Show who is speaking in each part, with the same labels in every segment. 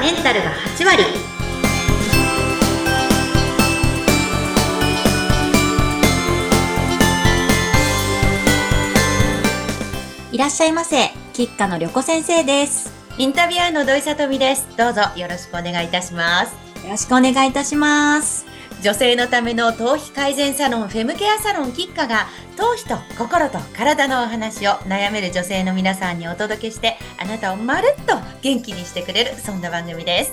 Speaker 1: メンタルが8割いらっしゃいませ吉家の旅子先生です
Speaker 2: インタビュアーの土井さとみです。どうぞよろしくお願いいたします。
Speaker 1: よろしくお願いいたします
Speaker 2: 女性のための頭皮改善サロンフェムケアサロンキッカが頭皮と心と体のお話を悩める女性の皆さんにお届けしてあなたをまるっと元気にしてくれるそんな番組です。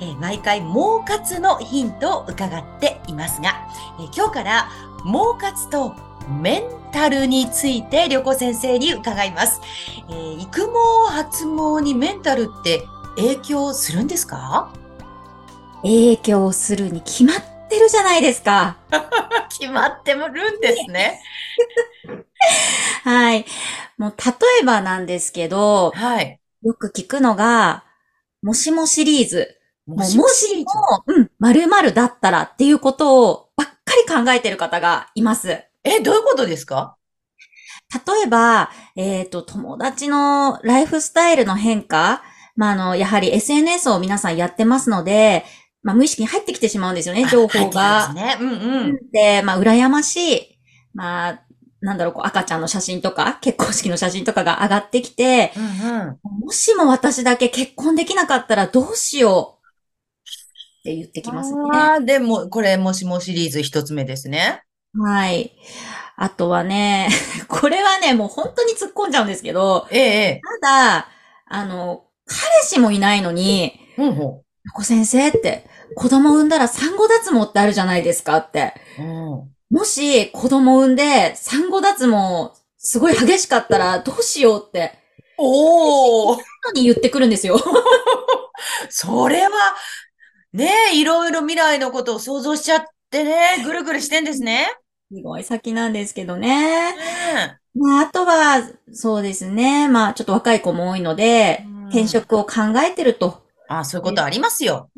Speaker 2: えー毎回毛活のヒントを伺っていますが、えー今日から毛活とメンタルについて旅子先生に伺います、えー育毛発毛にメンタルって影響するんですか
Speaker 1: 影響するに決まってるじゃないですか
Speaker 2: 決まってもるんですね。
Speaker 1: はいもう例えばなんですけど
Speaker 2: はい。
Speaker 1: よく聞くのがもしもシリーズ
Speaker 2: も
Speaker 1: もしもも、うん、〇〇だったらっていうことをばっかり考えてる方がいます。例
Speaker 2: え、どういうことですか
Speaker 1: えば、えっ、と、友達のライフスタイルの変化、まあ、あの、やはり SNS を皆さんやってますので、まあ、無意識に入ってきてしまうんですよね、情報が。
Speaker 2: ね。うんうん。
Speaker 1: で、まあ、羨ましい、まあ、なんだろう、こう、赤ちゃんの写真とか、結婚式の写真とかが上がってきて、
Speaker 2: うんうん。
Speaker 1: もしも私だけ結婚できなかったらどうしようって言ってきますね。
Speaker 2: ああ、でも、これ、もしもシリーズ一つ目ですね。
Speaker 1: はい。あとはね、 これはね、もう本当に突っ込んじゃうんですけど、
Speaker 2: ええ、え
Speaker 1: ただ、あの、彼氏もいないのに、
Speaker 2: え。うんう
Speaker 1: 横先生って、子供産んだら産後脱毛ってあるじゃないですかって。
Speaker 2: ん。うん。
Speaker 1: もし子供産んで産後脱毛すごい激しかったらどうしようって、
Speaker 2: おお、
Speaker 1: 本当に言ってくるんですよ。
Speaker 2: それは、ねえ、いろいろ未来のことを想像しちゃってね、ぐるぐるしてんですね。
Speaker 1: すごい先なんですけどね。
Speaker 2: うん
Speaker 1: まあ、あとは、そうですね。まあ、ちょっと若い子も多いので、転。職を考えてると。
Speaker 2: あそういうことありますよ。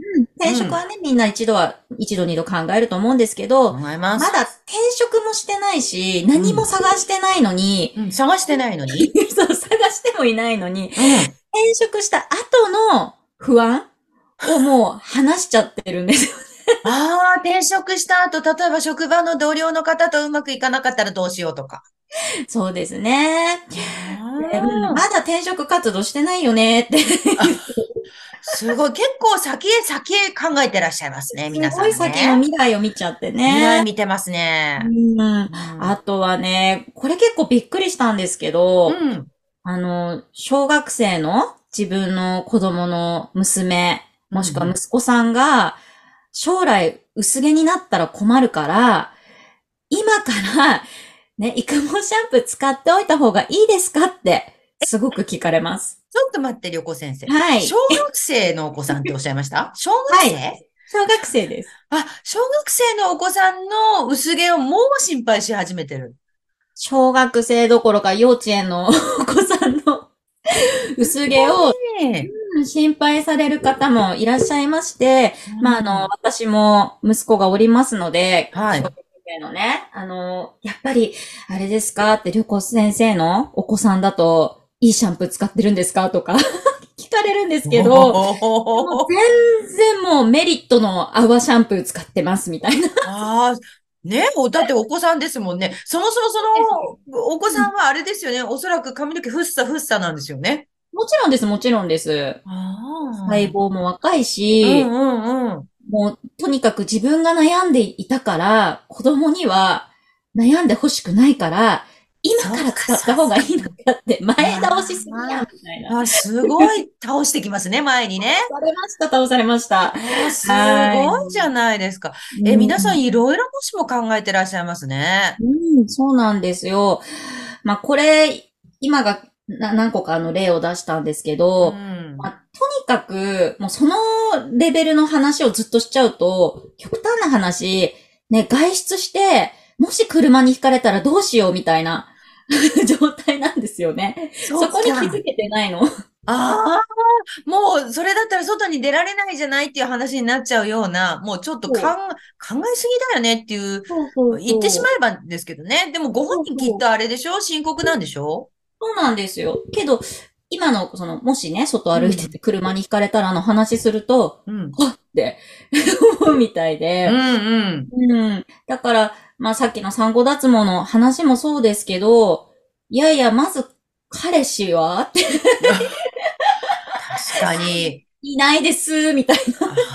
Speaker 1: 転職はね、みんな一度は、一度二度考えると思うんですけど、
Speaker 2: 考え
Speaker 1: ま
Speaker 2: ます。
Speaker 1: だ転職もしてないし、何も探してないのに、
Speaker 2: うん探してないのに。
Speaker 1: そう探してもいないのに、
Speaker 2: うん。
Speaker 1: 転職した後の不安をもう話しちゃってるんですよ。
Speaker 2: ああ、転職した後、例えば職場の同僚の方とうまくいかなかったらどうしようとか。
Speaker 1: そうですね。でうん
Speaker 2: うん
Speaker 1: まだ転職活動してないよねって、
Speaker 2: すごい。結構先へ先へ考えてらっしゃいますね、皆
Speaker 1: す
Speaker 2: さん
Speaker 1: ご
Speaker 2: ね。
Speaker 1: い先の未来を見ちゃって
Speaker 2: 未来
Speaker 1: ね。
Speaker 2: 見てますね。
Speaker 1: うん、あとはね、これ結構びっくりしたんですけど、
Speaker 2: うん。
Speaker 1: あの、小学生の自分の子供の娘、もしくは息子さんが、将来薄毛になったら困るから、今から、ね、育毛シャンプー使っておいた方がいいですかって、すごく聞かれます。
Speaker 2: ちょっと待って、旅子先生。
Speaker 1: はい。
Speaker 2: 小
Speaker 1: 小
Speaker 2: 学生のお子さんっておっしゃいました 小学生、
Speaker 1: は学生です。
Speaker 2: あ、小学生のお子さんの薄毛をもう心配し始めてる。
Speaker 1: 小学生どころか幼稚園の お子さんの薄毛を
Speaker 2: ね
Speaker 1: 心配される方もいらっしゃいまして、
Speaker 2: え
Speaker 1: まあ、あの、、私も息子がおりますので、
Speaker 2: はい
Speaker 1: 小学生のね、あの、やっぱり、あれですかって、旅行先生のお子さんだと、いいシャンプー使ってるんですかとか、 聞かれるんですけど、もう
Speaker 2: ど。
Speaker 1: 全然もうメリットの泡シャンプー使ってますみたいな。
Speaker 2: ああ、ねえ、おだってお子さんですもんね。そもそもその、お子さんはあれですよね。おそらく髪の毛ふっさふっさなんですよね。
Speaker 1: もちろんです、もちろんです。
Speaker 2: ああ。
Speaker 1: 細胞も若いうし、
Speaker 2: んうんうん。
Speaker 1: もうとにかく自分が悩んでいたから、子供には悩んでほしくないから、今から使った方がいいのかって、前倒しすぎやん、みたいな。
Speaker 2: あ、すごい倒してきますね、前にね。
Speaker 1: 倒されました、倒されました。
Speaker 2: あすごいじゃないですか。え、皆さ
Speaker 1: ん、
Speaker 2: んいろいろもしも考えてらっしゃいますね。
Speaker 1: うん、そうなんですよ。まあ、これ、今がな何個かの例を出したんですけ
Speaker 2: う
Speaker 1: ど、
Speaker 2: ん
Speaker 1: まあ、とにかく、もうそのレベルの話をずっとしちゃうと、極端な話、ね、外出して、もし車にひかれたらどうしようみたいな 状態なんですよね。そ
Speaker 2: そ
Speaker 1: こに気
Speaker 2: っか
Speaker 1: づけてないの。
Speaker 2: ああ、もうそれだったら外に出られないじゃないっていう話になっちゃうような、もうちょっと考え、考えすぎだよねっていう、言ってしまえばですけどね。でもご本人きっとあれでしょ深刻なんでしょ
Speaker 1: そうなんですよ。けど、今の、その、もしね、外歩いてて車にひかれたらの話すると、
Speaker 2: うん。
Speaker 1: あって、 思うみたいで。
Speaker 2: うん
Speaker 1: うん。だから、まあさっきの産後脱毛の話もそうですけど、いやいや、まず彼氏はって
Speaker 2: 確かに。
Speaker 1: いないです、みたい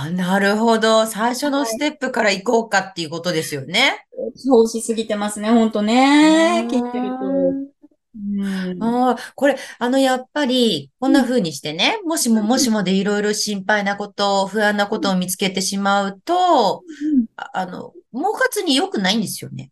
Speaker 1: な。
Speaker 2: あなるほど。最初のステップから行こうかっていうことですよね。
Speaker 1: そうしすぎてますね、ほんとね。聞いてると。うん。
Speaker 2: ああ、これ、あの、やっぱり、こんな風にしてね、もしももしもでいろいろ心配なこと、不安なことを見つけてしまうと、ああの、毛髪に良くないんですよね。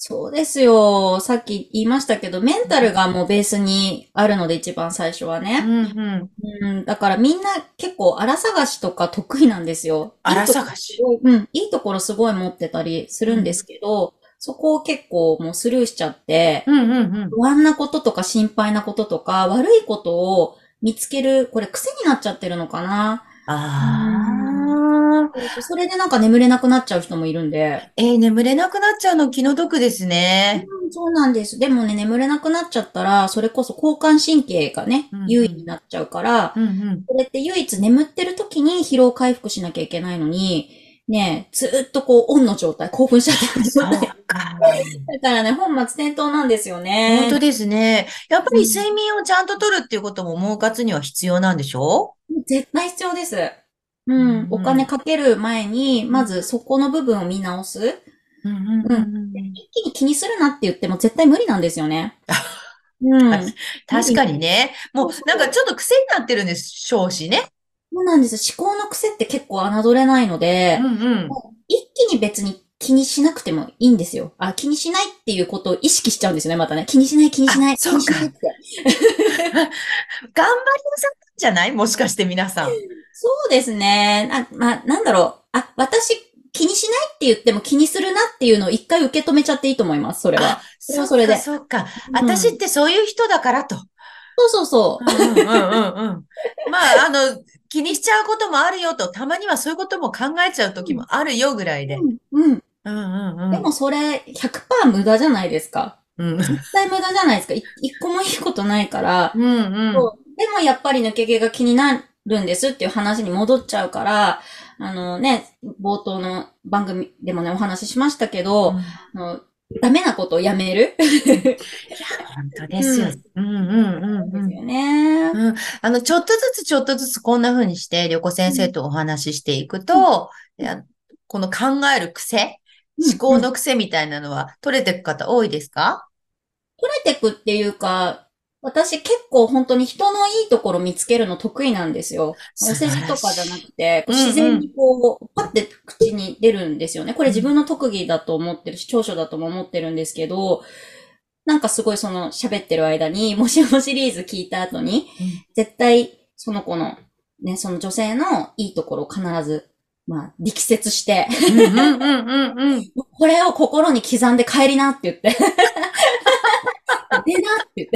Speaker 1: そうですよ。さっき言いましたけど、メンタルがもうベースにあるので、一番最初は
Speaker 2: う
Speaker 1: ね。
Speaker 2: んうん。
Speaker 1: うん。だからみんな結構荒探しとか得意なんですよ。
Speaker 2: 荒探し。
Speaker 1: うん、いいところすごい持ってたりするんですけど、そこを結構もうスルーしちゃって、
Speaker 2: うんうんうん。
Speaker 1: 不安なこととか心配なこととか、悪いことを見つける、これ癖になっちゃってるのかな
Speaker 2: ああ。
Speaker 1: それでなんか眠れなくなっちゃう人もいるんで。
Speaker 2: えー、眠れなくなっちゃうの気の毒ですね。
Speaker 1: うんそうなんです。でもね、眠れなくなっちゃったら、それこそ交感神経がね
Speaker 2: うん、
Speaker 1: 優位になっちゃうから、
Speaker 2: うんうん。
Speaker 1: これって唯一眠ってる時に疲労回復しなきゃいけないのに、ね、ずーっとこう、オンの状態、興奮しちゃってる状
Speaker 2: そう
Speaker 1: 態。
Speaker 2: か。
Speaker 1: だからね、本末転倒なんですよね。
Speaker 2: 本当ですね。やっぱり
Speaker 1: うん
Speaker 2: 睡眠をちゃんと取るっていうことも毛活には必要なんでしょ
Speaker 1: 絶対必要です。う
Speaker 2: うん
Speaker 1: ん。お金かける前に、まずそこの部分を見直す。
Speaker 2: うんうん
Speaker 1: うん一気に気にするなって言っても絶対無理なんです よね。うん。
Speaker 2: はい
Speaker 1: そ
Speaker 2: 確かにね。もう
Speaker 1: そうそう
Speaker 2: なんかちょっと癖になってるんでしょうしね。
Speaker 1: うなんです。思考の癖って結構侮れないので
Speaker 2: う、んうん。
Speaker 1: 一気に別に気にしなくてもいいんですよ。あ、気にしないっていうことを意識しちゃうんですよね、またね。気にしない、気にし
Speaker 2: あ
Speaker 1: ない、気
Speaker 2: そう
Speaker 1: にし
Speaker 2: か
Speaker 1: ないって。
Speaker 2: 頑張り屋さんなんじゃないもしかして皆さん。
Speaker 1: そうですね。あ、まあ、なんだろう。あ、私、気にしないって言っても気にするなっていうのを一回受け止めちゃっていいと思います、それは。それはそれで
Speaker 2: そっか、そっか。
Speaker 1: うん
Speaker 2: 私ってそういう人だからと。
Speaker 1: そうそうそう。
Speaker 2: うんうん うんうん。まあ、あの、気にしちゃうこともあるよと、たまにはそういうことも考えちゃう時もあるよぐらいで。
Speaker 1: うん。
Speaker 2: うんうんうん。
Speaker 1: でもそれ100%無駄じゃないですか。
Speaker 2: うん、
Speaker 1: 絶対無駄じゃないですか。い一個もいいことないから。
Speaker 2: うんうん。
Speaker 1: そうでもやっぱり抜け毛が気になるんですっていう話に戻っちゃうから、あのね、冒頭の番組でもね、お話ししましたけど、
Speaker 2: うん
Speaker 1: あのダメなことをやめる。
Speaker 2: 本当ですよ。うんうんうん
Speaker 1: で
Speaker 2: う
Speaker 1: す
Speaker 2: ん。
Speaker 1: よね。
Speaker 2: あの、ちょっとずつちょっとずつこんな風にして、旅子先生とお話ししていくと、いやこの考える癖、
Speaker 1: うん
Speaker 2: 思考の癖みたいなのは取れていく方多いですか
Speaker 1: 取れてくっていうか、私結構本当に人のいいところ見つけるの得意なんですよ。お世辞とかじゃなくて、こ
Speaker 2: う
Speaker 1: う
Speaker 2: んうん
Speaker 1: 自然にこう、パッて口に出るんですよね。これ自分の特技だと思ってるし、長所だとも思ってるんですけど、なんかすごいその喋ってる間に、もしもシリーズ聞いた後に、
Speaker 2: うん
Speaker 1: 絶対その子の、ね、その女性のいいところを必ず、まあ、力説して、
Speaker 2: うんうんうんうんうん。
Speaker 1: これを心に刻んで帰りなって言 って。でなって言っ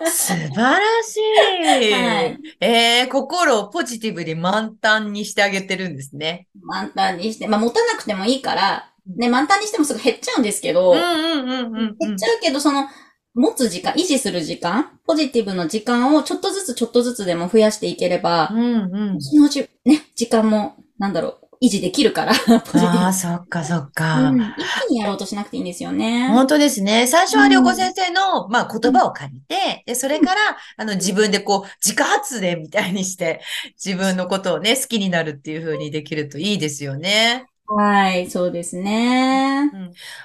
Speaker 1: て。
Speaker 2: 素晴らしい。
Speaker 1: はい
Speaker 2: えー、心をポジティブに満タンにしてあげてるんですね。
Speaker 1: 満タンにして、まあ持たなくてもいいから、ね、満タンにしてもすぐ減っちゃうんですけど、
Speaker 2: うんうんうんうんう
Speaker 1: 減
Speaker 2: ん
Speaker 1: っち。ゃうけど、その、持つ時間、維持する時間、ポジティブの時間をちょっとずつちょっとずつでも増やしていければ、
Speaker 2: うんうん。
Speaker 1: そのうち、ね、時間も、なんだろう、維持できるから、ポジテ
Speaker 2: あ
Speaker 1: ィ
Speaker 2: あ、そっかそっ
Speaker 1: ブ。
Speaker 2: か。
Speaker 1: うん、一気にやろうとしなくていいんですよね。
Speaker 2: 本当ですね。最初は良子先生の、まあ、言葉を借りて、で、それから、あの、自分でこう、自家発電みたいにして、自分のことをね、好きになるっていう風にできるといいですよね。
Speaker 1: はい、そうですね。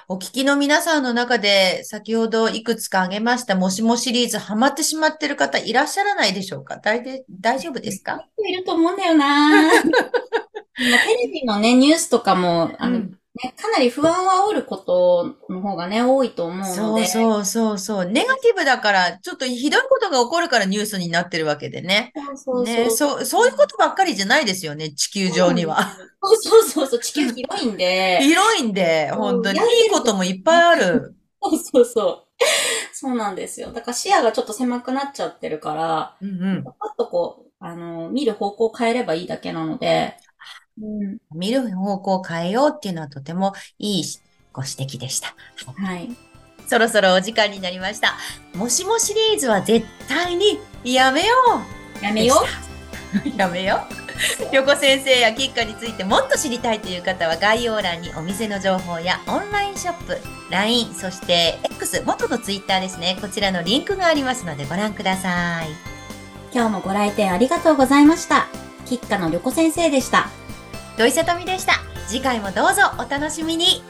Speaker 2: お聞きの皆さんの中で、先ほどいくつか挙げました、もしもシリーズハマってしまってる方いらっしゃらないでしょうか大で大丈夫ですか
Speaker 1: いると思うんだ よな今テレビのね、ニュースとかも、あの、
Speaker 2: うん
Speaker 1: ね、かなり不安を煽ることの方がね、多いと思うので。
Speaker 2: そうそうそうそう。ネガティブだから、ちょっとひどいことが起こるからニュースになってるわけでね。
Speaker 1: そうそうそう。
Speaker 2: ね、そう、そういうことばっかりじゃないですよね、地球上には。
Speaker 1: そうそうそうそう、地球広いんで。
Speaker 2: 広いんで、
Speaker 1: うん
Speaker 2: 本当に。い
Speaker 1: やれる
Speaker 2: いこともいっぱいある。
Speaker 1: そうそうそう。そうなんですよ。だから視野がちょっと狭くなっちゃってるから、
Speaker 2: うんうん。
Speaker 1: パッとこう、あの、見る方向を変えればいいだけなので。うん。
Speaker 2: 見る方向を変えようっていうのはとてもいいご指摘でした。
Speaker 1: はい。
Speaker 2: そろそろお時間になりました。もしもシリーズは絶対にやめよ
Speaker 1: やめよ
Speaker 2: う。やめよう。 横先生や吉川についてもっと知りたいという方は概要欄にお店の情報やオンラインショップ、LINE、そして X、元の Twitter ですね。こちらのリンクがありますのでご覧ください。
Speaker 1: 今日もご来店ありがとうございました。吉花の旅子先生でした。
Speaker 2: 土井さとみでした。次回もどうぞお楽しみに。